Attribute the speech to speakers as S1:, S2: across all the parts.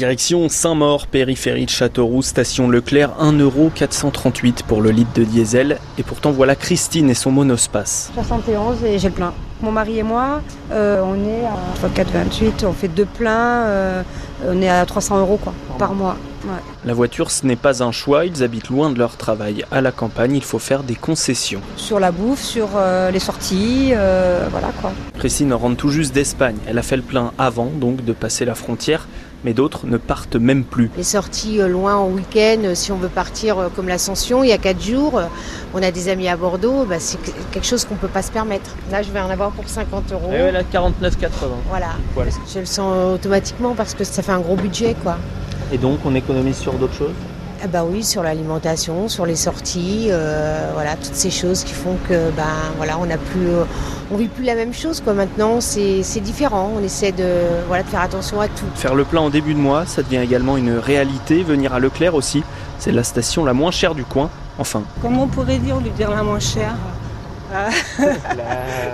S1: Direction Saint-Maur, périphérie de Châteauroux, station Leclerc, 1,438€ pour le litre de diesel. Et pourtant voilà Christine et son monospace.
S2: 71 et j'ai le plein. Mon mari et moi, euh, on est à 4,28, on fait deux pleins, euh, on est à 300 euros quoi, par mois. Ouais.
S1: La voiture, ce n'est pas un choix, ils habitent loin de leur travail. À la campagne, il faut faire des concessions.
S2: Sur la bouffe, sur euh, les sorties, euh, voilà quoi.
S1: Christine rentre tout juste d'Espagne. Elle a fait le plein avant, donc, de passer la frontière. Mais d'autres ne partent même plus.
S3: Les sorties euh, loin en week-end, euh, si on veut partir euh, comme l'Ascension, il y a 4 jours, euh, on a des amis à Bordeaux, bah, c'est que- quelque chose qu'on ne peut pas se permettre. Là, je vais en avoir pour 50 euros.
S1: Eh là, 49,80.
S3: Voilà,
S1: Voilà.
S3: je le sens euh, automatiquement parce que ça fait un gros budget, quoi.
S1: Et donc, on économise sur d'autres choses
S3: Ah bah oui, sur l'alimentation, sur les sorties, euh, voilà, toutes ces choses qui font que, ben voilà, on a plus, euh, on vit plus la même chose, quoi. Maintenant, c'est c'est différent. On essaie de, voilà, de faire attention à tout.
S1: Faire le plein en début de mois, ça devient également une réalité. Venir à Leclerc aussi, c'est la station la moins chère du coin. Enfin,
S4: Comment on pourrait dire lui dire la moins chère Euh,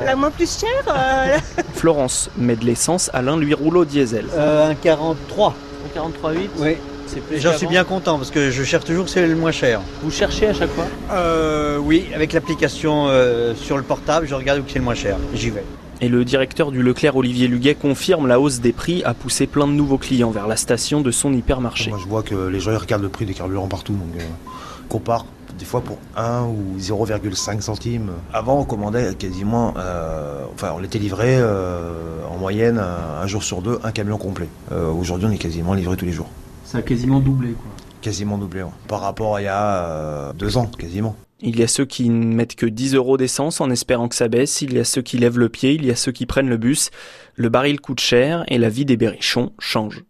S4: La moins plus chère euh,
S1: Florence met de l'essence, Alain lui roule au diesel.
S5: Euh, un 43.
S6: 43,8
S5: Oui.
S6: C'est plus.
S5: J'en
S6: qu'avant.
S5: suis bien content parce que je cherche toujours c'est le moins cher.
S6: Vous cherchez à chaque fois
S5: Euh, oui, avec l'application euh, sur le portable, je regarde où c'est le moins cher. J'y vais.
S1: Et le directeur du Leclerc Olivier Luguet confirme la hausse des prix a poussé plein de nouveaux clients vers la station de son hypermarché.
S7: Moi, je vois que les gens ils regardent le prix des carburants partout, donc euh, compare des fois pour 1 ou 0,5 centimes. Avant, on commandait quasiment, euh, enfin, on était livré euh, en moyenne un, un jour sur deux un camion complet. Euh, Aujourd'hui, on est quasiment livré tous les jours,
S6: Ça a quasiment doublé quoi.
S7: quasiment doublé ouais. par rapport à il y a euh, deux ans, quasiment.
S1: Il y a ceux qui ne mettent que 10 euros d'essence en espérant que ça baisse, il y a ceux qui lèvent le pied, il y a ceux qui prennent le bus. Le baril coûte cher et la vie des berrichons change.